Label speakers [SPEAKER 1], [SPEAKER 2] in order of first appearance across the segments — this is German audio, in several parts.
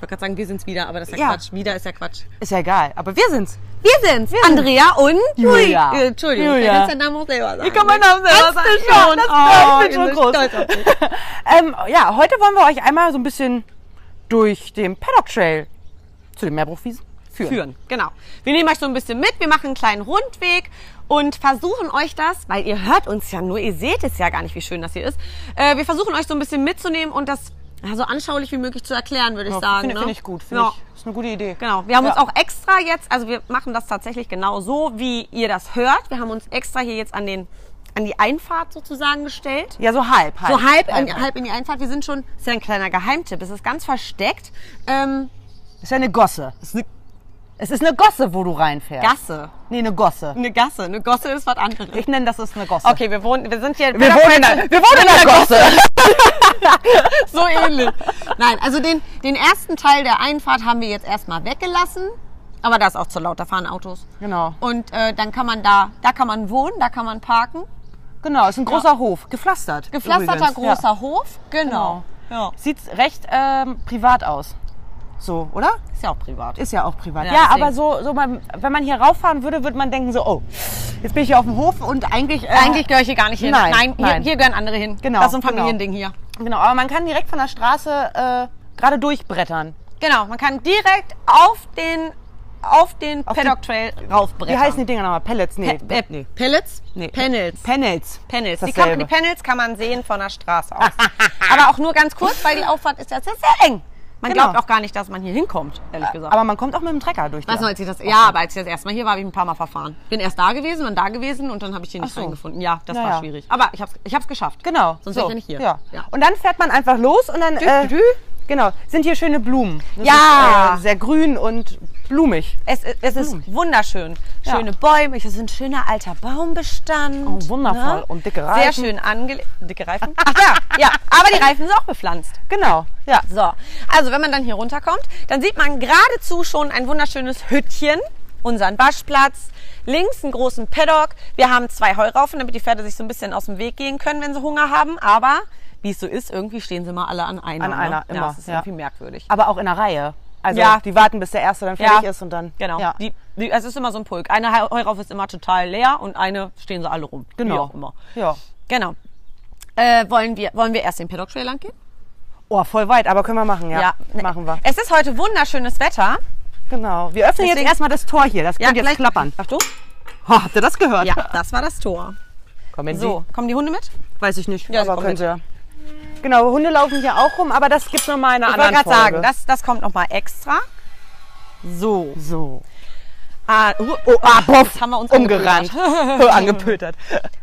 [SPEAKER 1] wollte gerade sagen, wir sind's wieder, aber das ist ja,
[SPEAKER 2] Ja.
[SPEAKER 1] Quatsch. Wieder ist ja Quatsch.
[SPEAKER 2] Ist ja egal, aber wir sind's.
[SPEAKER 1] Wir sind's. Andrea und
[SPEAKER 2] Julia.
[SPEAKER 1] Äh, Entschuldigung,
[SPEAKER 2] Julia.
[SPEAKER 1] du kannst deinen Namen auch selber sagen.
[SPEAKER 2] Ich kann meinen Namen selber sagen.
[SPEAKER 1] Kannst du
[SPEAKER 2] Ja,
[SPEAKER 1] schon.
[SPEAKER 2] das-
[SPEAKER 1] Oh,
[SPEAKER 2] ich bin schon
[SPEAKER 1] bin
[SPEAKER 2] groß.
[SPEAKER 1] stolz auf dich.
[SPEAKER 2] Ähm, ja, heute wollen wir euch einmal so ein bisschen durch den Paddock Trail zu den Meerbruchwiesen führen.
[SPEAKER 1] führen. Genau. Wir nehmen euch so ein bisschen mit, wir machen einen kleinen Rundweg und versuchen euch das, weil ihr hört uns ja nur, ihr seht es ja gar nicht, wie schön das hier ist. Äh, wir versuchen euch so ein bisschen mitzunehmen und das ja, so anschaulich wie möglich zu erklären, würde ich
[SPEAKER 2] Ja,
[SPEAKER 1] sagen.
[SPEAKER 2] Finde
[SPEAKER 1] ne?
[SPEAKER 2] finde ich gut. Finde
[SPEAKER 1] ja.
[SPEAKER 2] ich, ist eine gute Idee.
[SPEAKER 1] Genau. Wir haben uns
[SPEAKER 2] Ja.
[SPEAKER 1] auch extra jetzt, also wir machen das tatsächlich genau so, wie ihr das hört. Wir haben uns extra hier jetzt an den an die Einfahrt sozusagen gestellt.
[SPEAKER 2] Ja, so halb. halb
[SPEAKER 1] So halb in, halb in die Einfahrt. Wir sind schon, ist ja ein kleiner Geheimtipp. Es ist ganz versteckt. Ähm,
[SPEAKER 2] Ist ja eine Gosse.
[SPEAKER 1] ist eine
[SPEAKER 2] Es ist eine Gosse, wo du reinfährst.
[SPEAKER 1] Gasse.
[SPEAKER 2] Nee, eine Gosse.
[SPEAKER 1] Eine Gasse. Eine Gosse ist was anderes.
[SPEAKER 2] Ich nenne das ist eine Gosse.
[SPEAKER 1] Okay, wir wohnen, wir sind hier.
[SPEAKER 2] Wir wohnen in einer, wir wohnen in einer Gosse.
[SPEAKER 1] so ähnlich. Nein, also den, den ersten Teil der Einfahrt haben wir jetzt erstmal weggelassen. Aber da ist auch zu laut, da fahren Autos.
[SPEAKER 2] Genau.
[SPEAKER 1] Und äh, dann kann man da, da kann man wohnen, da kann man parken.
[SPEAKER 2] Genau, ist ein großer Hof. Gepflastert.
[SPEAKER 1] Gepflasterter
[SPEAKER 2] übrigens.
[SPEAKER 1] großer
[SPEAKER 2] Ja.
[SPEAKER 1] Hof. Genau. Ja.
[SPEAKER 2] Sieht recht ähm, privat aus. So, oder?
[SPEAKER 1] Ist ja auch privat.
[SPEAKER 2] Ist ja auch privat.
[SPEAKER 1] Ja,
[SPEAKER 2] Ja,
[SPEAKER 1] deswegen.
[SPEAKER 2] aber so, so man, wenn man hier rauffahren würde, würde man denken so, oh, jetzt bin ich hier auf dem Hof und eigentlich... Äh,
[SPEAKER 1] Eigentlich gehöre ich hier gar nicht hin.
[SPEAKER 2] Nein,
[SPEAKER 1] hier,
[SPEAKER 2] nein.
[SPEAKER 1] hier gehören andere hin.
[SPEAKER 2] Genau,
[SPEAKER 1] Das ist ein
[SPEAKER 2] genau.
[SPEAKER 1] Familiending hier.
[SPEAKER 2] Genau, aber man kann direkt von der Straße äh, gerade durchbrettern.
[SPEAKER 1] Genau, man kann direkt auf den, auf den
[SPEAKER 2] die-
[SPEAKER 1] Paddock Trail raufbrechen.
[SPEAKER 2] Wie heißen die Dinger nochmal? Pellets? Nee.
[SPEAKER 1] Pe äh, Pellets?
[SPEAKER 2] Nee.
[SPEAKER 1] Panels.
[SPEAKER 2] Panels.
[SPEAKER 1] Panels.
[SPEAKER 2] Ist
[SPEAKER 1] Die, kann, die
[SPEAKER 2] dasselbe.
[SPEAKER 1] Panels kann man sehen von der Straße aus. Aber auch nur ganz kurz, weil die Auffahrt ist ja sehr, sehr eng. Man
[SPEAKER 2] Genau.
[SPEAKER 1] glaubt auch gar nicht, dass man hier hinkommt, ehrlich gesagt.
[SPEAKER 2] Aber man kommt auch mit dem Trecker durch. die-
[SPEAKER 1] Weißt du, als ich das, ja, aber als ich das erste Mal hier war, habe ich ein paar Mal verfahren. Bin erst da gewesen, dann da gewesen und dann habe ich den nicht
[SPEAKER 2] Ach so.
[SPEAKER 1] reingefunden. Ja, das
[SPEAKER 2] Ja,
[SPEAKER 1] war
[SPEAKER 2] ja.
[SPEAKER 1] schwierig. Aber ich habe es ich hab's geschafft.
[SPEAKER 2] Genau.
[SPEAKER 1] Sonst
[SPEAKER 2] so.
[SPEAKER 1] wäre ich ja nicht hier.
[SPEAKER 2] Ja.
[SPEAKER 1] Ja.
[SPEAKER 2] Und dann fährt man einfach los und dann. Äh,
[SPEAKER 1] dü.
[SPEAKER 2] Genau. Sind hier schöne Blumen. Das
[SPEAKER 1] Ja.
[SPEAKER 2] Ist, äh, sehr grün und blumig.
[SPEAKER 1] Es, es ist wunderschön.
[SPEAKER 2] Ja.
[SPEAKER 1] Schöne Bäume. Es ist ein schöner alter Baumbestand. Ne?
[SPEAKER 2] Oh, wundervoll. Und dicke
[SPEAKER 1] Sehr
[SPEAKER 2] Reifen.
[SPEAKER 1] schön angelegt. Dicke Reifen? Ach ja, ja. Aber die Reifen sind auch bepflanzt.
[SPEAKER 2] Genau. Ja.
[SPEAKER 1] So, also wenn man dann hier runterkommt, dann sieht man geradezu schon ein wunderschönes Hüttchen, unseren Waschplatz, links einen großen Paddock. Wir haben zwei Heuraufen, damit die Pferde sich so ein bisschen aus dem Weg gehen können, wenn sie Hunger haben. Aber wie es so ist, irgendwie stehen sie mal alle an einer.
[SPEAKER 2] An einer,
[SPEAKER 1] ne? Ja,
[SPEAKER 2] immer,
[SPEAKER 1] das ist
[SPEAKER 2] ja.
[SPEAKER 1] irgendwie merkwürdig.
[SPEAKER 2] Aber auch in der Reihe. Also
[SPEAKER 1] Ja.
[SPEAKER 2] die warten, bis der erste dann fertig ist und dann.
[SPEAKER 1] Genau.
[SPEAKER 2] Ja.
[SPEAKER 1] Die, die, es ist immer so ein Pulk. Eine Heu- Heuraufe ist immer total leer und eine stehen sie alle rum. Wie
[SPEAKER 2] Genau.
[SPEAKER 1] auch immer.
[SPEAKER 2] Ja.
[SPEAKER 1] Genau. Äh, wollen, wir, wollen wir erst den Paddock Trail lang gehen?
[SPEAKER 2] Oh, voll weit, aber können wir machen, ja. Machen wir.
[SPEAKER 1] Es ist heute wunderschönes Wetter.
[SPEAKER 2] Genau. Wir öffnen
[SPEAKER 1] Deswegen-
[SPEAKER 2] jetzt erstmal das Tor hier. Das könnt ihr
[SPEAKER 1] gleich-
[SPEAKER 2] jetzt klappern.
[SPEAKER 1] Achtung.
[SPEAKER 2] Oh, habt ihr das gehört?
[SPEAKER 1] Ja, das war das Tor.
[SPEAKER 2] Kommen
[SPEAKER 1] So, kommen die Hunde mit?
[SPEAKER 2] Sie. Weiß ich nicht.
[SPEAKER 1] Ja, sie
[SPEAKER 2] aber
[SPEAKER 1] kommen
[SPEAKER 2] könnt ihr. Genau, Hunde laufen hier auch rum, aber das gibt's nochmal in einer
[SPEAKER 1] Ich wollte
[SPEAKER 2] anderen
[SPEAKER 1] gerade
[SPEAKER 2] Folge.
[SPEAKER 1] sagen, das, das kommt nochmal extra. So.
[SPEAKER 2] so.
[SPEAKER 1] Ah, uh,
[SPEAKER 2] Oh, ah, puff,
[SPEAKER 1] Jetzt haben wir uns
[SPEAKER 2] umgerannt. angepötert.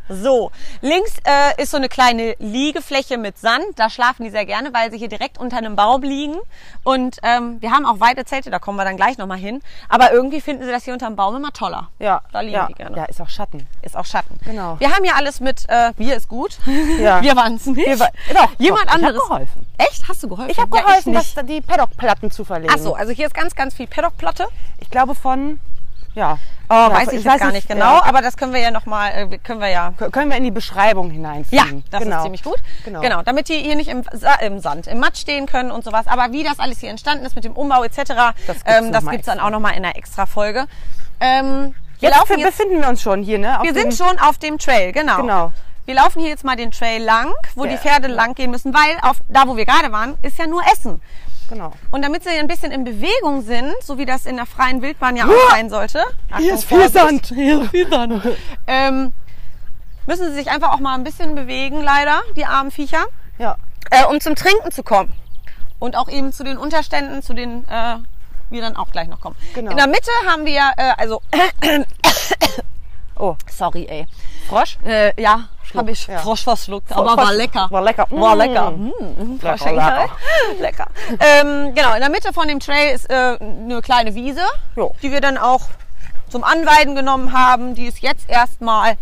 [SPEAKER 1] so, links äh, ist so eine kleine Liegefläche mit Sand. Da schlafen die sehr gerne, weil sie hier direkt unter einem Baum liegen. Und ähm, wir haben auch weite Zelte, da kommen wir dann gleich nochmal hin. Aber irgendwie finden sie das hier unter dem Baum immer toller.
[SPEAKER 2] Ja,
[SPEAKER 1] Da liegen
[SPEAKER 2] ja,
[SPEAKER 1] die gerne.
[SPEAKER 2] Ja, ist auch Schatten.
[SPEAKER 1] Ist auch Schatten.
[SPEAKER 2] Genau.
[SPEAKER 1] Wir haben hier alles mit, äh, wir ist gut.
[SPEAKER 2] Ja.
[SPEAKER 1] Wir waren es nicht.
[SPEAKER 2] Wir wa- doch,
[SPEAKER 1] Jemand
[SPEAKER 2] doch, ich hab
[SPEAKER 1] anderes.
[SPEAKER 2] geholfen.
[SPEAKER 1] Echt? Hast du geholfen?
[SPEAKER 2] Ich habe
[SPEAKER 1] Ja,
[SPEAKER 2] geholfen,
[SPEAKER 1] nicht.
[SPEAKER 2] das, die Paddock-Platten zu verlegen.
[SPEAKER 1] Ach so, also hier ist ganz, ganz viel Paddockplatte.
[SPEAKER 2] Ich glaube von, ja.
[SPEAKER 1] Oh, weiß ich, jetzt gar nicht genau,
[SPEAKER 2] ja.
[SPEAKER 1] aber das können wir ja nochmal, können wir ja.
[SPEAKER 2] K- Können wir in die Beschreibung
[SPEAKER 1] Ja,
[SPEAKER 2] hineinfügen.
[SPEAKER 1] das
[SPEAKER 2] genau.
[SPEAKER 1] ist ziemlich gut.
[SPEAKER 2] Genau.
[SPEAKER 1] damit die hier nicht im, Sa im Sand, im Matsch stehen können und sowas. Aber wie das alles hier entstanden ist mit dem Umbau etc.,
[SPEAKER 2] gibt's
[SPEAKER 1] ähm,
[SPEAKER 2] noch
[SPEAKER 1] das
[SPEAKER 2] mal
[SPEAKER 1] gibt's dann auch nochmal in einer extra Folge. Ähm, wir
[SPEAKER 2] Jetzt
[SPEAKER 1] laufen
[SPEAKER 2] be-
[SPEAKER 1] jetzt,
[SPEAKER 2] befinden wir uns schon hier, ne? Auf
[SPEAKER 1] wir
[SPEAKER 2] dem-
[SPEAKER 1] sind schon auf dem Trail, genau.
[SPEAKER 2] Genau.
[SPEAKER 1] Wir laufen hier jetzt mal den Trail lang, wo die
[SPEAKER 2] Ja.
[SPEAKER 1] Pferde lang gehen müssen, weil auf, da, wo wir gerade waren, ist ja nur Essen.
[SPEAKER 2] Genau.
[SPEAKER 1] Und damit sie ein bisschen in Bewegung sind, so wie das in der freien Wildbahn ja auch
[SPEAKER 2] Huah!
[SPEAKER 1] sein sollte,
[SPEAKER 2] Hier
[SPEAKER 1] Achtung,
[SPEAKER 2] ist viel
[SPEAKER 1] Vorsicht.
[SPEAKER 2] Sand. Hier ist viel Sand.
[SPEAKER 1] ähm, müssen sie sich einfach auch mal ein bisschen bewegen, leider, die armen Viecher,
[SPEAKER 2] Ja.
[SPEAKER 1] äh, um zum Trinken zu kommen. Und auch eben zu den Unterständen, zu denen äh, wir dann auch gleich noch kommen.
[SPEAKER 2] Genau.
[SPEAKER 1] In der Mitte haben wir, äh, also,
[SPEAKER 2] Oh,
[SPEAKER 1] sorry, ey.
[SPEAKER 2] Frosch?
[SPEAKER 1] Äh, ja, habe ich
[SPEAKER 2] ja.
[SPEAKER 1] Frosch verschluckt, aber
[SPEAKER 2] Frosch-
[SPEAKER 1] war lecker. Hm,
[SPEAKER 2] War lecker.
[SPEAKER 1] War
[SPEAKER 2] Mm.
[SPEAKER 1] lecker.
[SPEAKER 2] Lecker,
[SPEAKER 1] Schenkel.
[SPEAKER 2] lecker.
[SPEAKER 1] halt. lecker. Ähm, genau, in der Mitte von dem Trail ist äh, eine kleine Wiese,
[SPEAKER 2] Jo.
[SPEAKER 1] die wir dann auch zum Anweiden genommen haben. Die ist jetzt erstmal,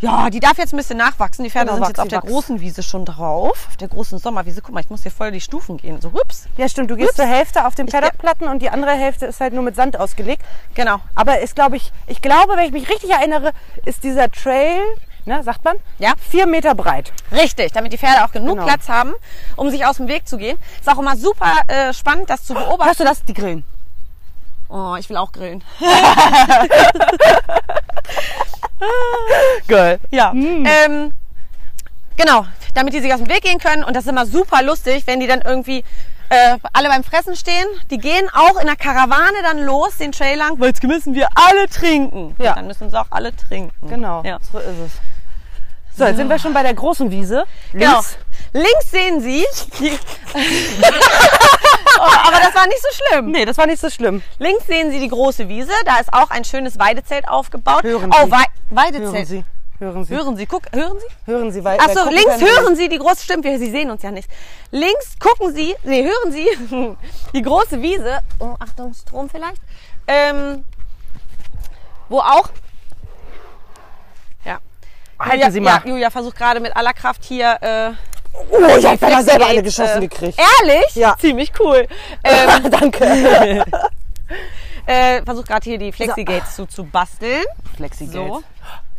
[SPEAKER 1] ja, die darf jetzt ein bisschen nachwachsen. Die Pferde
[SPEAKER 2] Genau,
[SPEAKER 1] sind
[SPEAKER 2] wachs,
[SPEAKER 1] jetzt auf
[SPEAKER 2] die
[SPEAKER 1] der
[SPEAKER 2] wachs.
[SPEAKER 1] großen Wiese schon drauf, auf der großen Sommerwiese. Guck mal, ich muss hier voll die Stufen gehen. So, rüps.
[SPEAKER 2] Ja, stimmt. Du gehst
[SPEAKER 1] Ups.
[SPEAKER 2] zur Hälfte auf den
[SPEAKER 1] ge-
[SPEAKER 2] Paddockplatten und die andere Hälfte ist halt nur mit Sand ausgelegt.
[SPEAKER 1] Genau.
[SPEAKER 2] Aber ist, glaube ich, ich glaube, wenn ich mich richtig erinnere, ist dieser Trail ne, sagt man?
[SPEAKER 1] Ja.
[SPEAKER 2] Vier Meter breit.
[SPEAKER 1] Richtig, damit die Pferde auch genug
[SPEAKER 2] Genau.
[SPEAKER 1] Platz haben, um sich aus dem Weg zu gehen. Ist auch immer super äh, spannend, das zu beobachten.
[SPEAKER 2] Hörst du das? Die Grillen.
[SPEAKER 1] Oh, ich will auch grillen.
[SPEAKER 2] Geil. Ja.
[SPEAKER 1] Ähm, genau, damit die sich aus dem Weg gehen können. Und das ist immer super lustig, wenn die dann irgendwie äh, alle beim Fressen stehen. Die gehen auch in der Karawane dann los, den Trail lang, weil jetzt müssen wir alle trinken.
[SPEAKER 2] Ja.
[SPEAKER 1] Dann müssen sie auch alle trinken.
[SPEAKER 2] Genau.
[SPEAKER 1] Ja.
[SPEAKER 2] So ist es. So, jetzt sind wir schon bei der großen Wiese.
[SPEAKER 1] Genau.
[SPEAKER 2] Links.
[SPEAKER 1] Links sehen Sie, die- oh, aber das war nicht so schlimm.
[SPEAKER 2] Nee, das war nicht so schlimm.
[SPEAKER 1] Links sehen Sie die große Wiese, da ist auch ein schönes Weidezelt aufgebaut.
[SPEAKER 2] Hören
[SPEAKER 1] oh,
[SPEAKER 2] Sie.
[SPEAKER 1] Wei
[SPEAKER 2] Hören
[SPEAKER 1] Weidezelt.
[SPEAKER 2] Sie. Hören Sie.
[SPEAKER 1] Hören Sie, guck, hören Sie?
[SPEAKER 2] Hören Sie, weil.
[SPEAKER 1] Ach
[SPEAKER 2] weil
[SPEAKER 1] so,
[SPEAKER 2] gucken
[SPEAKER 1] links
[SPEAKER 2] können-
[SPEAKER 1] hören Sie die große, stimmt, wir, Sie sehen uns ja nicht. Links gucken Sie, nee, hören Sie die große Wiese, oh, Achtung, Strom vielleicht, ähm, wo auch, ja.
[SPEAKER 2] Halten
[SPEAKER 1] Julia,
[SPEAKER 2] Sie mal.
[SPEAKER 1] Ja, Julia versucht gerade mit aller Kraft hier, äh,
[SPEAKER 2] Oh, ich hab da selber eine
[SPEAKER 1] Flexgate,
[SPEAKER 2] geschossen
[SPEAKER 1] äh,
[SPEAKER 2] gekriegt.
[SPEAKER 1] Ehrlich?
[SPEAKER 2] Ja.
[SPEAKER 1] Ziemlich cool. Ähm,
[SPEAKER 2] Danke.
[SPEAKER 1] äh, versucht gerade hier die Flexigates so. zuzubasteln.
[SPEAKER 2] Flexigeld.
[SPEAKER 1] So.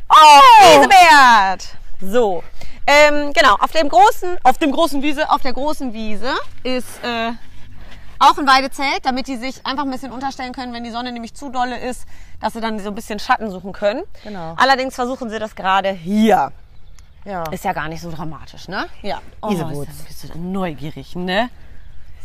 [SPEAKER 2] Oh!
[SPEAKER 1] Isebert! So. Ähm, genau, auf dem großen, auf dem großen Wiese, auf der großen Wiese ist äh, auch ein Weidezelt, damit die sich einfach ein bisschen unterstellen können, wenn die Sonne nämlich zu dolle ist, dass sie dann so ein bisschen Schatten suchen können.
[SPEAKER 2] Genau.
[SPEAKER 1] Allerdings versuchen sie das gerade hier.
[SPEAKER 2] Ja.
[SPEAKER 1] Ist ja gar nicht so dramatisch, ne? Ja. Oh,
[SPEAKER 2] Isewurz.
[SPEAKER 1] ist ja- bist du dann neugierig, ne?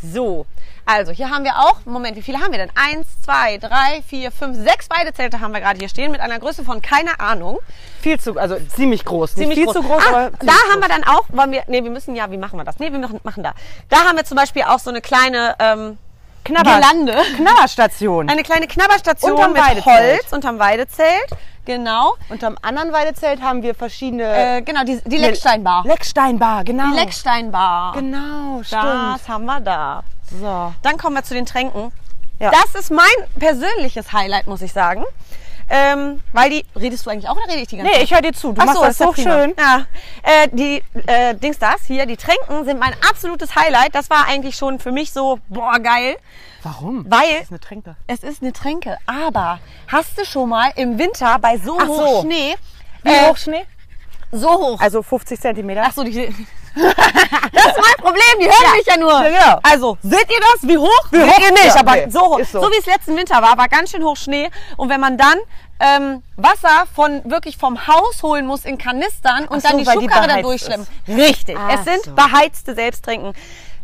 [SPEAKER 1] So, also hier haben wir auch, Moment, wie viele haben wir denn? Eins, zwei, drei, vier, fünf, sechs Weidezelte haben wir gerade hier stehen mit einer Größe von keine Ahnung.
[SPEAKER 2] Viel zu, also ziemlich groß. Nicht
[SPEAKER 1] Ziemlich
[SPEAKER 2] viel zu groß,
[SPEAKER 1] ah,
[SPEAKER 2] aber.
[SPEAKER 1] da haben wir dann auch, wollen wir, nee, wir müssen ja, wie machen wir das? Nee, wir machen, machen da. Da haben wir zum Beispiel auch so eine kleine ähm, Girlande.
[SPEAKER 2] Knabberstation.
[SPEAKER 1] Eine kleine Knabberstation
[SPEAKER 2] Unterm
[SPEAKER 1] mit
[SPEAKER 2] Weidezelt.
[SPEAKER 1] Holz unterm Weidezelt. Genau.
[SPEAKER 2] Unterm anderen Weidezelt haben wir verschiedene.
[SPEAKER 1] Äh, genau, die, die Lecksteinbar.
[SPEAKER 2] Lecksteinbar, genau.
[SPEAKER 1] Die Lecksteinbar.
[SPEAKER 2] Genau, stimmt.
[SPEAKER 1] Das haben wir da.
[SPEAKER 2] So.
[SPEAKER 1] Dann kommen wir zu den Tränken.
[SPEAKER 2] Ja.
[SPEAKER 1] Das ist mein persönliches Highlight, muss ich sagen. Ähm, weil die, redest du eigentlich auch oder rede ich die ganze
[SPEAKER 2] Nee, ich höre dir zu. Du
[SPEAKER 1] Ach
[SPEAKER 2] machst
[SPEAKER 1] so,
[SPEAKER 2] das
[SPEAKER 1] ist ja
[SPEAKER 2] so
[SPEAKER 1] prima.
[SPEAKER 2] schön.
[SPEAKER 1] Ja. Äh, die äh, Dings das hier, die Tränken sind mein absolutes Highlight. Das war eigentlich schon für mich so, boah, geil.
[SPEAKER 2] Warum?
[SPEAKER 1] Weil
[SPEAKER 2] eine Tränke.
[SPEAKER 1] es ist eine Tränke. Aber hast du schon mal im Winter bei so
[SPEAKER 2] Ach
[SPEAKER 1] hohem
[SPEAKER 2] Äh, so.
[SPEAKER 1] Schnee,
[SPEAKER 2] Wie
[SPEAKER 1] Äh,
[SPEAKER 2] hoch Schnee?
[SPEAKER 1] so hoch.
[SPEAKER 2] Also 50 Zentimeter.
[SPEAKER 1] Ach so, die, das ist mein Problem, die hören mich ja nur.
[SPEAKER 2] Ja, genau.
[SPEAKER 1] Also, seht ihr das? Wie hoch?
[SPEAKER 2] Wie
[SPEAKER 1] seht
[SPEAKER 2] hoch?
[SPEAKER 1] ihr nicht,
[SPEAKER 2] Ja,
[SPEAKER 1] aber
[SPEAKER 2] nee,
[SPEAKER 1] so hoch.
[SPEAKER 2] ist
[SPEAKER 1] So,
[SPEAKER 2] so.
[SPEAKER 1] wie es letzten Winter war, war ganz schön hoch Schnee. Und wenn man dann ähm, Wasser von wirklich vom Haus holen muss in Kanistern und
[SPEAKER 2] so,
[SPEAKER 1] dann die
[SPEAKER 2] weil die
[SPEAKER 1] Schubkarre da
[SPEAKER 2] beheizt
[SPEAKER 1] durchschleppen. Richtig.
[SPEAKER 2] Ah,
[SPEAKER 1] es sind
[SPEAKER 2] so.
[SPEAKER 1] beheizte Selbsttrinken.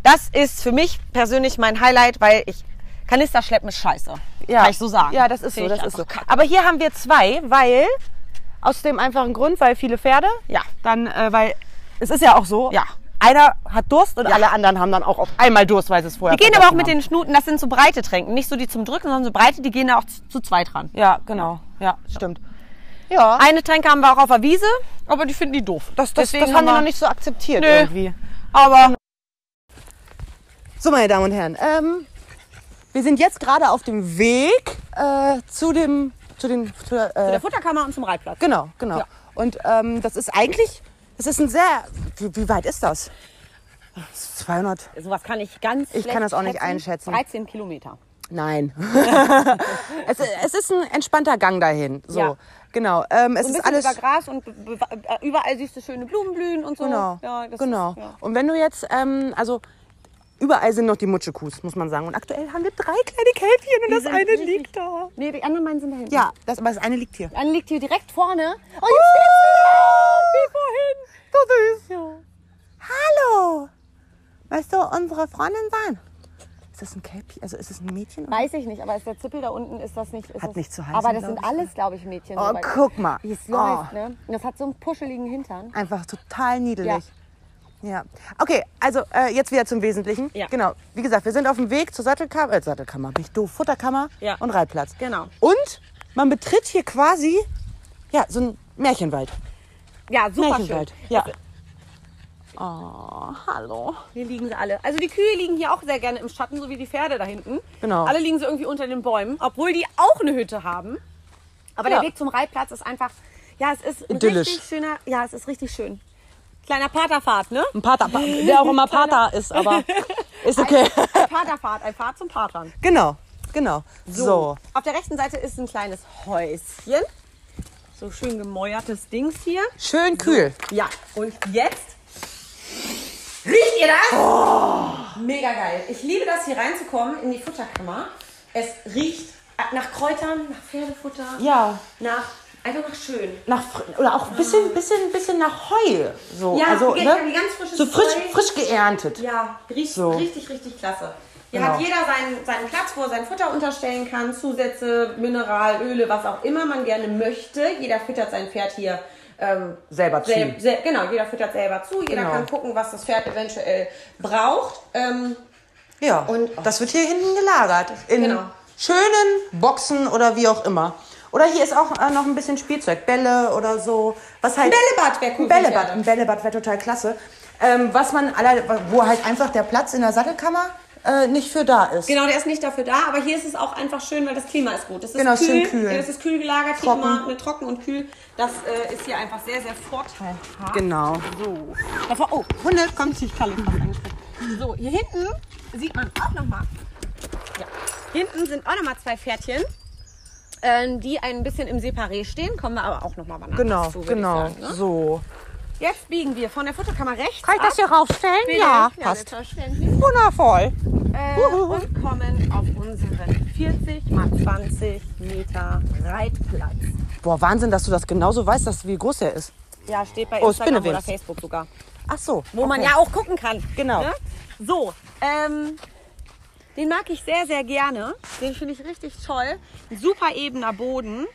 [SPEAKER 1] Das ist für mich persönlich mein Highlight, weil ich Kanister schleppen ist scheiße. Kann ich so sagen.
[SPEAKER 2] Ja, das ist
[SPEAKER 1] Finde
[SPEAKER 2] so,
[SPEAKER 1] ich
[SPEAKER 2] das ist so.
[SPEAKER 1] einfach kacke.
[SPEAKER 2] Aber hier haben wir zwei, weil aus dem einfachen Grund, weil viele Pferde.
[SPEAKER 1] Ja.
[SPEAKER 2] Dann, äh, weil es ist ja auch so.
[SPEAKER 1] Ja.
[SPEAKER 2] Einer hat Durst und
[SPEAKER 1] Ja.
[SPEAKER 2] alle anderen haben dann auch auf einmal Durst, weil sie es vorher.
[SPEAKER 1] Die gehen aber auch mit
[SPEAKER 2] vergessen
[SPEAKER 1] den Schnuten, das sind so breite Tränken, nicht so die zum Drücken, sondern so breite, die gehen da auch zu, zu zweit ran.
[SPEAKER 2] haben. Ja, genau. Ja, stimmt. Ja.
[SPEAKER 1] Eine Tränke haben wir auch auf der Wiese, aber die finden die doof.
[SPEAKER 2] Das, das,
[SPEAKER 1] Deswegen
[SPEAKER 2] das haben wir
[SPEAKER 1] wir-
[SPEAKER 2] noch nicht so akzeptiert
[SPEAKER 1] Nö.
[SPEAKER 2] irgendwie.
[SPEAKER 1] Aber
[SPEAKER 2] So, meine Damen und Herren, ähm, wir sind jetzt gerade auf dem Weg äh, zu dem, zu den, zu, der, äh,
[SPEAKER 1] zu der Futterkammer und zum Reitplatz.
[SPEAKER 2] genau, genau.
[SPEAKER 1] Ja.
[SPEAKER 2] Und ähm, das ist eigentlich, das ist ein sehr, wie, wie weit ist das? 200,
[SPEAKER 1] Sowas kann ich ganz
[SPEAKER 2] Ich kann das auch nicht einschätzen.
[SPEAKER 1] 13 Kilometer.
[SPEAKER 2] nein. es, es ist ein entspannter Gang dahin, so,
[SPEAKER 1] Ja.
[SPEAKER 2] genau. Ähm, es
[SPEAKER 1] So ein
[SPEAKER 2] ist
[SPEAKER 1] bisschen
[SPEAKER 2] alles,
[SPEAKER 1] über Gras und be- be- überall siehst du schöne Blumen blühen und so.
[SPEAKER 2] Genau.
[SPEAKER 1] Ja, das
[SPEAKER 2] genau.
[SPEAKER 1] Ist, ja.
[SPEAKER 2] Und wenn du jetzt, ähm, also überall sind noch die Mutschekuhs, muss man sagen. Und aktuell haben wir drei kleine Kälbchen und das
[SPEAKER 1] sind
[SPEAKER 2] eine
[SPEAKER 1] richtig-
[SPEAKER 2] liegt da.
[SPEAKER 1] Nee, die anderen meinen sind da hinten.
[SPEAKER 2] Ja, das, aber das eine liegt hier.
[SPEAKER 1] Dann liegt hier direkt vorne. Oh, jetzt
[SPEAKER 2] So süß.
[SPEAKER 1] steht's wieder.
[SPEAKER 2] Hallo. Weißt du, unsere Freundin sein? Ist das ein Kälbchen? Also ist es ein Mädchen?
[SPEAKER 1] Weiß ich nicht, aber ist der Zippel da unten, ist das nicht... Ist
[SPEAKER 2] Hat
[SPEAKER 1] das,
[SPEAKER 2] nicht zu heißen,
[SPEAKER 1] Aber das
[SPEAKER 2] glaub
[SPEAKER 1] sind
[SPEAKER 2] ich.
[SPEAKER 1] alles, glaube ich, Mädchen.
[SPEAKER 2] Oh,
[SPEAKER 1] soweit-
[SPEAKER 2] guck mal.
[SPEAKER 1] Wie es
[SPEAKER 2] Oh.
[SPEAKER 1] läuft, ne? Und das hat so einen puscheligen Hintern.
[SPEAKER 2] Einfach total niedelig. Ja. Okay, also äh, jetzt wieder zum Wesentlichen.
[SPEAKER 1] Ja.
[SPEAKER 2] Genau. Wie gesagt, wir sind auf dem Weg zur Sattelkammer, äh, Sattelkammer, bin ich doof, Futterkammer
[SPEAKER 1] Ja.
[SPEAKER 2] und Reitplatz.
[SPEAKER 1] Genau.
[SPEAKER 2] Und man betritt hier quasi ja, so ein Märchenwald.
[SPEAKER 1] Ja, super schön.
[SPEAKER 2] Märchenwald. Ja. Oh, hallo.
[SPEAKER 1] Hier liegen sie alle. Also die Kühe liegen hier auch sehr gerne im Schatten, so wie die Pferde da hinten.
[SPEAKER 2] Genau.
[SPEAKER 1] Alle liegen so irgendwie unter den Bäumen, obwohl die auch eine Hütte haben. Aber
[SPEAKER 2] Ja.
[SPEAKER 1] der Weg zum Reitplatz ist einfach, ja, es ist ein
[SPEAKER 2] Idyllisch.
[SPEAKER 1] richtig schöner, ja, es ist richtig schön. Kleiner Paterfahrt, ne?
[SPEAKER 2] Ein Pater, Pa- wer auch immer Pater ist, aber ist okay.
[SPEAKER 1] Ein Paterfahrt, ein Fahrt zum Patern.
[SPEAKER 2] Genau, genau. So.
[SPEAKER 1] Auf der rechten Seite ist ein kleines Häuschen. So schön gemäuertes Dings hier.
[SPEAKER 2] Schön kühl.
[SPEAKER 1] Ja, und jetzt riecht ihr das?
[SPEAKER 2] Oh.
[SPEAKER 1] Mega geil. Ich liebe das, hier reinzukommen in die Futterkammer. Es riecht nach Kräutern, nach Pferdefutter,
[SPEAKER 2] Ja,
[SPEAKER 1] nach einfach nach schön.
[SPEAKER 2] nach fr- oder auch ein bisschen, bisschen, bisschen nach Heu. So,
[SPEAKER 1] Ja,
[SPEAKER 2] also,
[SPEAKER 1] ge-
[SPEAKER 2] ne?
[SPEAKER 1] ja, ganz frisches
[SPEAKER 2] so frisch,
[SPEAKER 1] Heu.
[SPEAKER 2] frisch geerntet.
[SPEAKER 1] Ja, riecht
[SPEAKER 2] So.
[SPEAKER 1] richtig, richtig klasse. Hier
[SPEAKER 2] Genau.
[SPEAKER 1] hat jeder seinen, seinen Platz, wo er sein Futter unterstellen kann, Zusätze, Mineral, Öle, was auch immer man gerne möchte. Jeder füttert sein Pferd hier ähm,
[SPEAKER 2] Selber zu.
[SPEAKER 1] sel sel genau, jeder füttert selber zu. Jeder
[SPEAKER 2] Genau.
[SPEAKER 1] kann gucken, was das Pferd eventuell braucht. Ähm,
[SPEAKER 2] Ja,
[SPEAKER 1] Und-
[SPEAKER 2] das wird hier hinten gelagert. In
[SPEAKER 1] Genau.
[SPEAKER 2] schönen Boxen oder wie auch immer. Oder hier ist auch äh, noch ein bisschen Spielzeug, Bälle oder so. Was halt,
[SPEAKER 1] Ein Bällebad wär cool
[SPEAKER 2] Ein Bällebad,
[SPEAKER 1] für
[SPEAKER 2] ein Bällebad wäre total klasse. Ähm, was man aller, wo halt einfach der Platz in der Sattelkammer äh, nicht für da ist.
[SPEAKER 1] Genau, der ist nicht dafür da, aber hier ist es auch einfach schön, weil das Klima ist gut. Es ist
[SPEAKER 2] Genau,
[SPEAKER 1] kühl,
[SPEAKER 2] schön kühl.
[SPEAKER 1] Es ist kühl gelagert,
[SPEAKER 2] Trocken.
[SPEAKER 1] trocken. Immer, ne, trocken und kühl. Das äh, ist hier einfach sehr, sehr vorteilhaft.
[SPEAKER 2] Genau.
[SPEAKER 1] So. Davor, oh, Hunde, kommt sich Kalle fast angesprochen. So, hier hinten sieht man auch nochmal. Ja. Hinten sind auch nochmal zwei Pferdchen, äh, die ein bisschen im Separé stehen. Kommen wir aber auch nochmal wann anders
[SPEAKER 2] Genau,
[SPEAKER 1] zu, würd ich
[SPEAKER 2] genau.
[SPEAKER 1] sagen, ne?
[SPEAKER 2] So.
[SPEAKER 1] Jetzt biegen wir von der Futterkammer rechts
[SPEAKER 2] Kann ich Halt das hier raufstellen?
[SPEAKER 1] ab.
[SPEAKER 2] Ja,
[SPEAKER 1] Ja,
[SPEAKER 2] passt.
[SPEAKER 1] selbstverständlich.
[SPEAKER 2] Wundervoll.
[SPEAKER 1] Äh, und kommen auf unseren 40 mal 20 Meter Reitplatz.
[SPEAKER 2] Boah, Wahnsinn, dass du das genauso weißt, dass, wie groß der ist.
[SPEAKER 1] Ja, steht bei
[SPEAKER 2] Oh,
[SPEAKER 1] Instagram oder
[SPEAKER 2] Spinnewebs.
[SPEAKER 1] Facebook sogar.
[SPEAKER 2] Ach so.
[SPEAKER 1] Wo man ja auch gucken kann.
[SPEAKER 2] Genau.
[SPEAKER 1] Ne? So, ähm, den mag ich sehr, sehr gerne. Den finde ich richtig toll. Ein Super ebener Boden.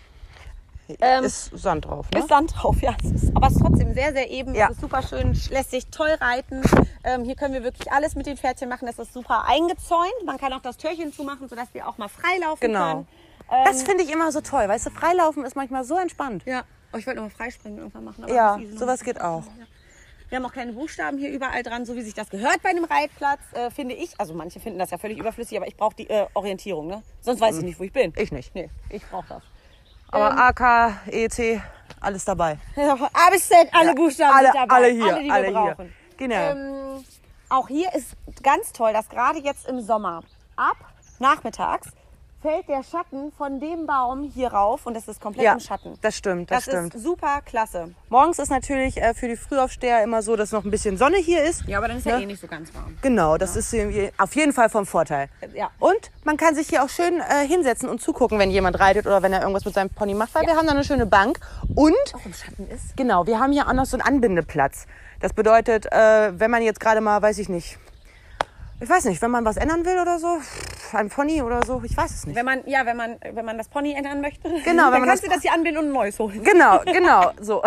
[SPEAKER 1] ähm,
[SPEAKER 2] ist Sand drauf. Ne?
[SPEAKER 1] Bis dann drauf, ja. Es ist, aber es ist trotzdem sehr, sehr eben.
[SPEAKER 2] Ja.
[SPEAKER 1] Es ist super schön, lässt sich toll reiten. Ähm, hier können wir wirklich alles mit den Pferdchen machen. Es ist super eingezäunt. Man kann auch das Türchen zumachen, sodass wir auch mal freilaufen
[SPEAKER 2] Genau.
[SPEAKER 1] können.
[SPEAKER 2] Das finde ich immer so toll. Weißt du, Freilaufen ist manchmal so entspannt.
[SPEAKER 1] Ja. Oh, ich wollte nochmal freispringen irgendwann machen. aber
[SPEAKER 2] Ja,
[SPEAKER 1] das ist easy.
[SPEAKER 2] sowas geht auch.
[SPEAKER 1] Ähm, Wir haben auch kleine Buchstaben hier überall dran, so wie sich das gehört bei einem Reitplatz, äh, finde ich. Also manche finden das ja völlig überflüssig, aber ich brauche die äh, Orientierung, ne? Sonst weiß ich nicht, wo ich bin.
[SPEAKER 2] Mhm. Ich nicht.
[SPEAKER 1] Nee, ich brauche das.
[SPEAKER 2] Aber A, K, E, C, alles dabei.
[SPEAKER 1] A bis Z, alle Buchstaben
[SPEAKER 2] alle,
[SPEAKER 1] sind dabei.
[SPEAKER 2] alle hier,
[SPEAKER 1] die wir
[SPEAKER 2] alle hier.
[SPEAKER 1] brauchen.
[SPEAKER 2] Genau.
[SPEAKER 1] Ähm, auch hier ist ganz toll, dass gerade jetzt im Sommer ab nachmittags fällt der Schatten von dem Baum hier rauf und das ist komplett
[SPEAKER 2] ja,
[SPEAKER 1] im Schatten.
[SPEAKER 2] das stimmt, das, stimmt.
[SPEAKER 1] ist super klasse.
[SPEAKER 2] Morgens ist natürlich äh, für die Frühaufsteher immer so, dass noch ein bisschen Sonne hier ist.
[SPEAKER 1] Ja, aber dann ist
[SPEAKER 2] Ne?
[SPEAKER 1] ja, eh nicht so ganz warm.
[SPEAKER 2] Genau, das ist irgendwie auf jeden Fall vom Vorteil.
[SPEAKER 1] Ja.
[SPEAKER 2] Und man kann sich hier auch schön äh, hinsetzen und zugucken, wenn jemand reitet oder wenn er irgendwas mit seinem Pony macht, weil wir haben da eine schöne Bank. Und
[SPEAKER 1] Auch im Schatten ist
[SPEAKER 2] Genau, wir haben hier auch noch so einen Anbindeplatz. Das bedeutet, äh, wenn man jetzt gerade mal, weiß ich nicht, ich weiß nicht, wenn man was ändern will oder so, ein Pony oder so, ich weiß es nicht.
[SPEAKER 1] Wenn man, ja, wenn man, wenn man das Pony ändern möchte,
[SPEAKER 2] Genau, wenn
[SPEAKER 1] dann
[SPEAKER 2] man
[SPEAKER 1] kannst
[SPEAKER 2] das-
[SPEAKER 1] du das hier anbinden und ein neues holen.
[SPEAKER 2] Genau, genau, so.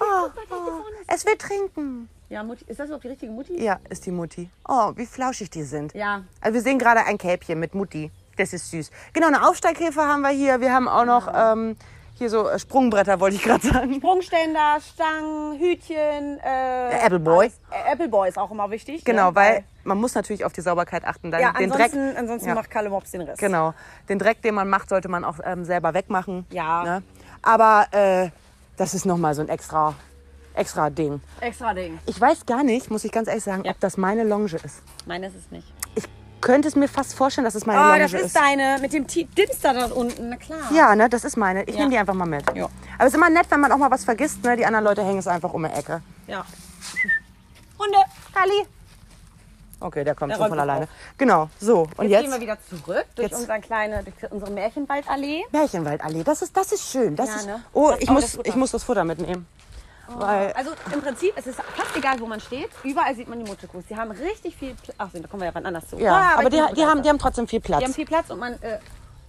[SPEAKER 2] Oh, es will trinken.
[SPEAKER 1] Ja, Mutti, ist das überhaupt die richtige Mutti?
[SPEAKER 2] Ja, ist die Mutti. Oh, wie flauschig die sind.
[SPEAKER 1] Ja.
[SPEAKER 2] Also wir sehen gerade ein Kälbchen mit Mutti. Das ist süß. Genau, eine Aufsteighefe haben wir hier. Wir haben auch noch
[SPEAKER 1] Genau.
[SPEAKER 2] ähm, hier so äh, Sprungbretter, wollte ich gerade sagen.
[SPEAKER 1] Sprungständer, Stangen, Hütchen, äh,
[SPEAKER 2] Appleboy.
[SPEAKER 1] alles. Äh, Appleboy ist auch immer wichtig.
[SPEAKER 2] Genau,
[SPEAKER 1] ne?
[SPEAKER 2] weil man muss natürlich auf die Sauberkeit achten. Dann
[SPEAKER 1] Ja,
[SPEAKER 2] den
[SPEAKER 1] ansonsten,
[SPEAKER 2] Dreck,
[SPEAKER 1] ansonsten
[SPEAKER 2] Ja.
[SPEAKER 1] macht Kalle Mops den Rest.
[SPEAKER 2] Genau. Den Dreck, den man macht, sollte man auch ähm, selber wegmachen.
[SPEAKER 1] Ja.
[SPEAKER 2] Ne? Aber äh, das ist nochmal so ein extra, extra Ding.
[SPEAKER 1] Extra Ding.
[SPEAKER 2] Ich weiß gar nicht, muss ich ganz ehrlich sagen,
[SPEAKER 1] Ja.
[SPEAKER 2] ob das meine Longe ist.
[SPEAKER 1] Nein, das ist nicht.
[SPEAKER 2] Ich könnte es mir fast vorstellen, dass es meine
[SPEAKER 1] Oh,
[SPEAKER 2] Longe
[SPEAKER 1] das ist, deine mit dem Ti- Dimster da unten, na klar.
[SPEAKER 2] Ja, ne, das ist meine. Ich
[SPEAKER 1] Ja.
[SPEAKER 2] nehme die einfach mal mit.
[SPEAKER 1] Ja.
[SPEAKER 2] Aber es ist immer nett, wenn man auch mal was vergisst. Ne? Die anderen Leute hängen es einfach um die Ecke.
[SPEAKER 1] ja. Hunde, Kali.
[SPEAKER 2] Okay, der kommt
[SPEAKER 1] Der
[SPEAKER 2] schon
[SPEAKER 1] räumt
[SPEAKER 2] von
[SPEAKER 1] es
[SPEAKER 2] alleine. Genau, so. Und
[SPEAKER 1] Jetzt, gehen
[SPEAKER 2] jetzt?
[SPEAKER 1] wir wieder zurück durch
[SPEAKER 2] Jetzt.
[SPEAKER 1] unsere kleine, durch unsere Märchenwaldallee.
[SPEAKER 2] Märchenwaldallee. Das ist, das ist schön. Das
[SPEAKER 1] Ja,
[SPEAKER 2] ist,
[SPEAKER 1] ne?
[SPEAKER 2] Oh,
[SPEAKER 1] Das
[SPEAKER 2] ich
[SPEAKER 1] braucht
[SPEAKER 2] muss,
[SPEAKER 1] das Futter.
[SPEAKER 2] ich muss das Futter mitnehmen. Weil,
[SPEAKER 1] Also im Prinzip, es ist fast egal, wo man steht. Überall sieht man die Mutterkuss. Die haben richtig viel Platz. Ach, da kommen wir ja wann anders zu.
[SPEAKER 2] ja,
[SPEAKER 1] Ah,
[SPEAKER 2] aber
[SPEAKER 1] ich bin
[SPEAKER 2] die, die,
[SPEAKER 1] begeistert.
[SPEAKER 2] haben, die haben trotzdem viel Platz.
[SPEAKER 1] die haben viel Platz und man äh,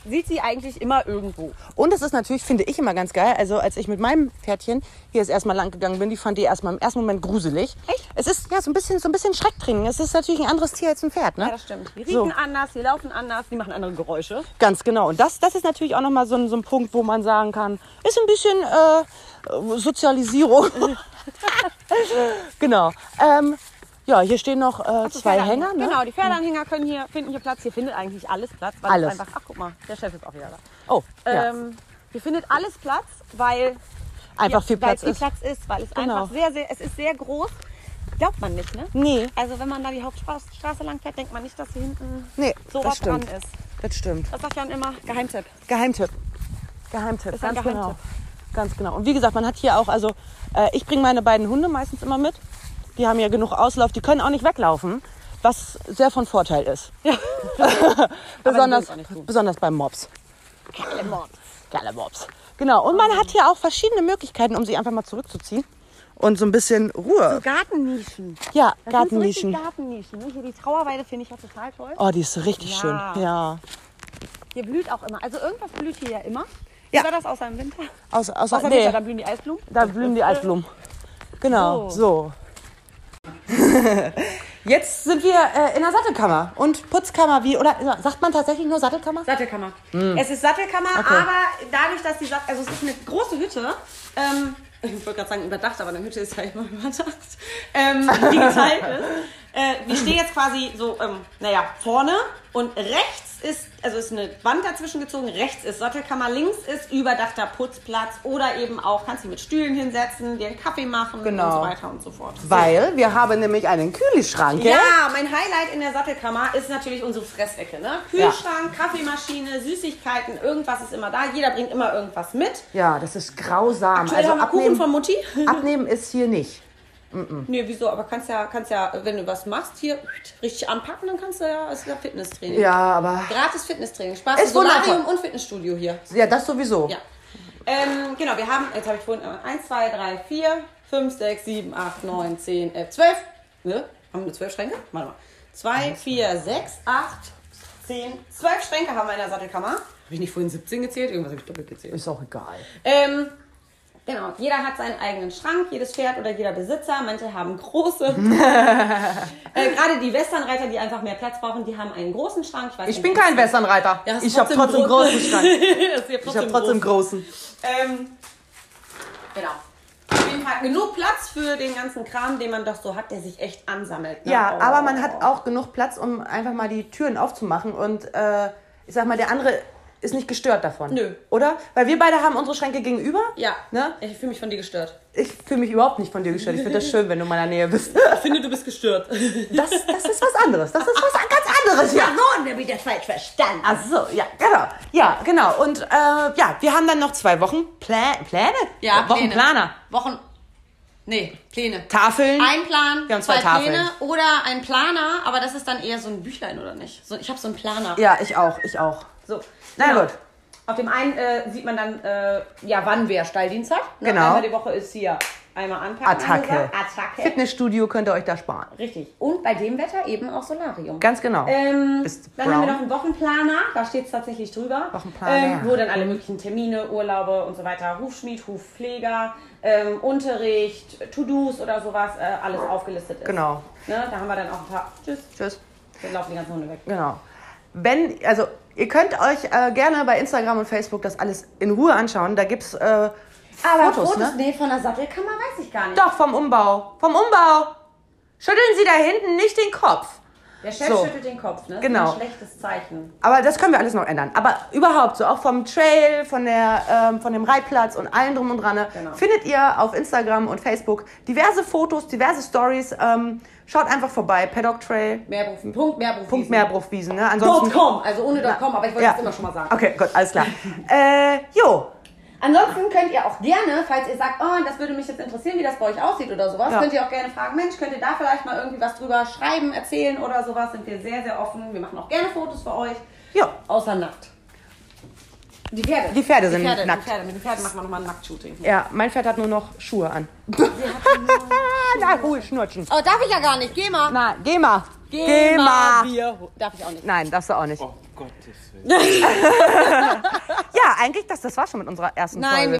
[SPEAKER 1] sieht sie eigentlich immer irgendwo.
[SPEAKER 2] Und das ist natürlich, finde ich immer ganz geil. Also als ich mit meinem Pferdchen hier das erstmal lang gegangen bin, die fand die erstmal im ersten Moment gruselig.
[SPEAKER 1] Echt?
[SPEAKER 2] Es ist ja so ein bisschen, so ein bisschen Schreck drin. Es ist natürlich ein anderes Tier als ein Pferd, ne?
[SPEAKER 1] Ja, das stimmt. Die riechen
[SPEAKER 2] So,
[SPEAKER 1] anders, die laufen anders, die machen andere Geräusche.
[SPEAKER 2] ganz genau. Und das, das ist natürlich auch nochmal so ein, so ein Punkt, wo man sagen kann, ist ein bisschen äh, Sozialisierung. genau. Ähm, ja, hier stehen noch äh, zwei
[SPEAKER 1] Pferdeanhänger.
[SPEAKER 2] Hänger, ne?
[SPEAKER 1] Genau, die Pferdeanhänger können hier, finden hier Platz. Hier findet eigentlich alles Platz. Weil es
[SPEAKER 2] Alles.
[SPEAKER 1] Einfach, ach, guck mal, der Chef ist auch wieder da.
[SPEAKER 2] Oh, ja.
[SPEAKER 1] Ähm, hier findet alles Platz, weil Ja,
[SPEAKER 2] einfach viel
[SPEAKER 1] weil
[SPEAKER 2] Platz
[SPEAKER 1] viel
[SPEAKER 2] ist.
[SPEAKER 1] Platz ist, weil es
[SPEAKER 2] Genau.
[SPEAKER 1] einfach sehr, sehr, es ist sehr groß. Glaubt man nicht, ne?
[SPEAKER 2] Nee.
[SPEAKER 1] Also wenn man da die Hauptstraße lang fährt, denkt man nicht, dass hier hinten
[SPEAKER 2] Nee,
[SPEAKER 1] so
[SPEAKER 2] das
[SPEAKER 1] was dran
[SPEAKER 2] stimmt.
[SPEAKER 1] ist.
[SPEAKER 2] Das stimmt.
[SPEAKER 1] Das sagt Jan immer, Geheimtipp.
[SPEAKER 2] Geheimtipp. Geheimtipp,
[SPEAKER 1] ein
[SPEAKER 2] ganz genau.
[SPEAKER 1] Geheimtipp.
[SPEAKER 2] Ganz genau. Und wie gesagt, man hat hier auch, also äh, ich bringe meine beiden Hunde meistens immer mit. Die haben ja genug Auslauf, die können auch nicht weglaufen, was sehr von Vorteil ist. besonders,
[SPEAKER 1] auch nicht gut.
[SPEAKER 2] besonders beim Mops. Geile Mops. Genau. Und man
[SPEAKER 1] Oh.
[SPEAKER 2] hat hier auch verschiedene Möglichkeiten, um sie einfach mal zurückzuziehen. Und so ein bisschen Ruhe.
[SPEAKER 1] Gartennischen.
[SPEAKER 2] Ja,
[SPEAKER 1] Das Sind
[SPEAKER 2] Gartennischen.
[SPEAKER 1] so richtig Gartennischen. ne? Hier die Trauerweide finde ich ja total toll.
[SPEAKER 2] Oh, die ist richtig
[SPEAKER 1] Ja.
[SPEAKER 2] schön. Ja.
[SPEAKER 1] Hier blüht auch immer. Also irgendwas blüht hier ja immer.
[SPEAKER 2] Ja.
[SPEAKER 1] Wie war das außer im Winter?
[SPEAKER 2] Außer, außer,
[SPEAKER 1] Außer im
[SPEAKER 2] nee,
[SPEAKER 1] Winter, Oh, da blühen die Eisblumen.
[SPEAKER 2] da blühen die Altblumen. Genau, so. Jetzt sind wir äh, in der Sattelkammer und Putzkammer, wie, oder sagt man tatsächlich nur Sattelkammer?
[SPEAKER 1] Sattelkammer. Es ist Sattelkammer, aber dadurch, dass die Sattel, also es ist eine große Hütte. Ähm, ich wollte gerade sagen überdacht, aber eine Hütte ist ja immer überdacht. Ähm, die geteilt ist. Äh, wir stehen jetzt quasi so, ähm, naja, vorne und rechts ist, also ist eine Wand dazwischen gezogen, rechts ist Sattelkammer, links ist überdachter Putzplatz oder eben auch, kannst du mit Stühlen hinsetzen, dir einen Kaffee machen und
[SPEAKER 2] Genau.
[SPEAKER 1] so weiter und so fort.
[SPEAKER 2] Weil wir haben nämlich einen Kühlschrank, gell?
[SPEAKER 1] Ja, mein Highlight in der Sattelkammer ist natürlich unsere Fressecke. Ne? Kühlschrank, Kaffeemaschine, Süßigkeiten, irgendwas ist immer da. Jeder bringt immer irgendwas mit.
[SPEAKER 2] Ja, das ist grausam. Also
[SPEAKER 1] Aktuell haben wir Kuchen von Mutti.
[SPEAKER 2] abnehmen ist hier nicht.
[SPEAKER 1] Nee, wieso? Aber kannst ja, kannst ja, wenn du was machst hier, richtig anpacken, dann kannst du ja, es ist ja Fitnesstraining.
[SPEAKER 2] Ja, aber
[SPEAKER 1] Gratis Fitnesstraining. Spaß
[SPEAKER 2] Ist
[SPEAKER 1] im Solarium
[SPEAKER 2] wundervoll.
[SPEAKER 1] und Fitnessstudio hier.
[SPEAKER 2] ja, das sowieso.
[SPEAKER 1] Ja. Ähm, genau, wir haben, jetzt habe ich vorhin äh, 1, 2, 3, 4, 5, 6, 7, 8, 9, 10, 11, 12. Ne? Haben wir 12 Schränke? Warte mal. 2, 4, 6, 8, 10, 12 Schränke haben wir in der Sattelkammer. Habe ich nicht vorhin 17 gezählt? Irgendwas habe ich doppelt gezählt.
[SPEAKER 2] Ist auch egal.
[SPEAKER 1] Ähm, genau, jeder hat seinen eigenen Schrank, jedes Pferd oder jeder Besitzer. Manche haben große. äh, Gerade die Westernreiter, die einfach mehr Platz brauchen, die haben einen großen Schrank. weiß
[SPEAKER 2] Ich
[SPEAKER 1] nicht,
[SPEAKER 2] bin
[SPEAKER 1] was-
[SPEAKER 2] kein Westernreiter.
[SPEAKER 1] Ja, hast
[SPEAKER 2] ich habe trotzdem
[SPEAKER 1] gro-
[SPEAKER 2] großen Schrank.
[SPEAKER 1] Hast du ja
[SPEAKER 2] Ich habe trotzdem großen.
[SPEAKER 1] ähm, genau. Auf jeden Fall genug Platz für den ganzen Kram, den man doch so hat, der sich echt ansammelt. Ne?
[SPEAKER 2] Ja,
[SPEAKER 1] Oh.
[SPEAKER 2] aber man hat auch genug Platz, um einfach mal die Türen aufzumachen und äh, ich sag mal, der andere ist nicht gestört davon.
[SPEAKER 1] Nö.
[SPEAKER 2] Oder? Weil wir beide haben unsere Schränke gegenüber.
[SPEAKER 1] Ja,
[SPEAKER 2] Ne?
[SPEAKER 1] ich fühle mich von dir gestört.
[SPEAKER 2] Ich fühle mich überhaupt nicht von dir gestört. Ich finde das schön, wenn du in meiner Nähe bist.
[SPEAKER 1] Ich finde, du bist gestört.
[SPEAKER 2] Das, das ist was anderes. Das ist was ganz anderes, ja.
[SPEAKER 1] Nun, der wird das falsch verstanden.
[SPEAKER 2] Ach so, ja, genau. Ja, genau. Und äh, ja, wir haben dann noch zwei Wochen Plä Pläne?
[SPEAKER 1] Ja, Pläne.
[SPEAKER 2] Wochenplaner.
[SPEAKER 1] Wochen. Nee, Pläne.
[SPEAKER 2] Tafeln.
[SPEAKER 1] Ein Plan,
[SPEAKER 2] Wir haben
[SPEAKER 1] zwei,
[SPEAKER 2] zwei Tafeln.
[SPEAKER 1] Pläne oder ein Planer, aber das ist dann eher so ein Büchlein oder nicht? So, ich habe so einen Planer.
[SPEAKER 2] ja, ich auch, ich auch.
[SPEAKER 1] So,
[SPEAKER 2] Na
[SPEAKER 1] genau.
[SPEAKER 2] gut.
[SPEAKER 1] Auf dem einen äh, sieht man dann, äh, ja, wann wer Stalldienst hat. Ne?
[SPEAKER 2] Genau.
[SPEAKER 1] Einmal die Woche ist hier einmal anpacken.
[SPEAKER 2] Attacke.
[SPEAKER 1] angesagt. Attacke.
[SPEAKER 2] Fitnessstudio könnt ihr euch da sparen.
[SPEAKER 1] Richtig. Und bei dem Wetter eben auch Solarium.
[SPEAKER 2] Ganz genau.
[SPEAKER 1] ähm,
[SPEAKER 2] Bist
[SPEAKER 1] dann haben wir
[SPEAKER 2] brown.
[SPEAKER 1] noch einen Wochenplaner, da steht es tatsächlich drüber.
[SPEAKER 2] Wochenplaner.
[SPEAKER 1] Ähm, wo dann alle möglichen Termine, Urlaube und so weiter, Hufschmied, Hufpfleger, ähm, Unterricht, To-Dos oder sowas, äh, alles aufgelistet ist.
[SPEAKER 2] Genau.
[SPEAKER 1] Ne? Da haben wir dann auch ein paar. Tschüss,
[SPEAKER 2] Tschüss.
[SPEAKER 1] wir laufen die ganzen Hunde weg.
[SPEAKER 2] Genau. Wenn, also ihr könnt euch äh, gerne bei Instagram und Facebook das alles in Ruhe anschauen. Da gibt's äh, Fotos, ne?
[SPEAKER 1] nee, von der Sattelkammer weiß ich gar nicht.
[SPEAKER 2] Doch, vom Umbau. Vom Umbau. Schütteln Sie da hinten nicht den Kopf.
[SPEAKER 1] Der Chef
[SPEAKER 2] So.
[SPEAKER 1] schüttelt den Kopf, ne?
[SPEAKER 2] Genau.
[SPEAKER 1] Das ist ein schlechtes Zeichen.
[SPEAKER 2] Aber das können wir alles noch ändern. Aber überhaupt, so auch vom Trail, von, der, ähm, von dem Reitplatz und allem drum und dran, ne,
[SPEAKER 1] Genau.
[SPEAKER 2] findet ihr auf Instagram und Facebook diverse Fotos, diverse Stories. Ähm, schaut einfach vorbei. Paddock Trail,
[SPEAKER 1] Mehrberuf, Punkt Mehrberuf.
[SPEAKER 2] Punkt Meerbruchwiesen. Ne?
[SPEAKER 1] Dot
[SPEAKER 2] Ansonsten,
[SPEAKER 1] com, also ohne Dot com, aber ich wollte
[SPEAKER 2] Ja.
[SPEAKER 1] das immer schon mal sagen.
[SPEAKER 2] Okay, gut, alles klar. äh, jo,
[SPEAKER 1] Ansonsten könnt ihr auch gerne, falls ihr sagt, oh, das würde mich jetzt interessieren, wie das bei euch aussieht oder sowas,
[SPEAKER 2] Ja.
[SPEAKER 1] könnt ihr auch gerne fragen, Mensch, könnt ihr da vielleicht mal irgendwie was drüber schreiben, erzählen oder sowas? Sind wir sehr, sehr offen. Wir machen auch gerne Fotos für euch.
[SPEAKER 2] jo.
[SPEAKER 1] Außer nackt. Die Pferde.
[SPEAKER 2] Die Pferde sind
[SPEAKER 1] Pferde,
[SPEAKER 2] nackt.
[SPEAKER 1] Die Pferde. Mit den Pferden machen wir nochmal ein Nacktshooting.
[SPEAKER 2] Ja, mein Pferd hat nur noch Schuhe an. Na, hol Schnurchen.
[SPEAKER 1] Oh, darf ich ja gar nicht. Geh mal.
[SPEAKER 2] Na, geh mal.
[SPEAKER 1] Geh mal. Bier. Darf ich auch nicht.
[SPEAKER 2] Nein, darfst du auch nicht.
[SPEAKER 3] Oh Gottes Willen.
[SPEAKER 2] Ja, eigentlich, das, das war schon mit unserer ersten
[SPEAKER 1] Nein,
[SPEAKER 2] Folge.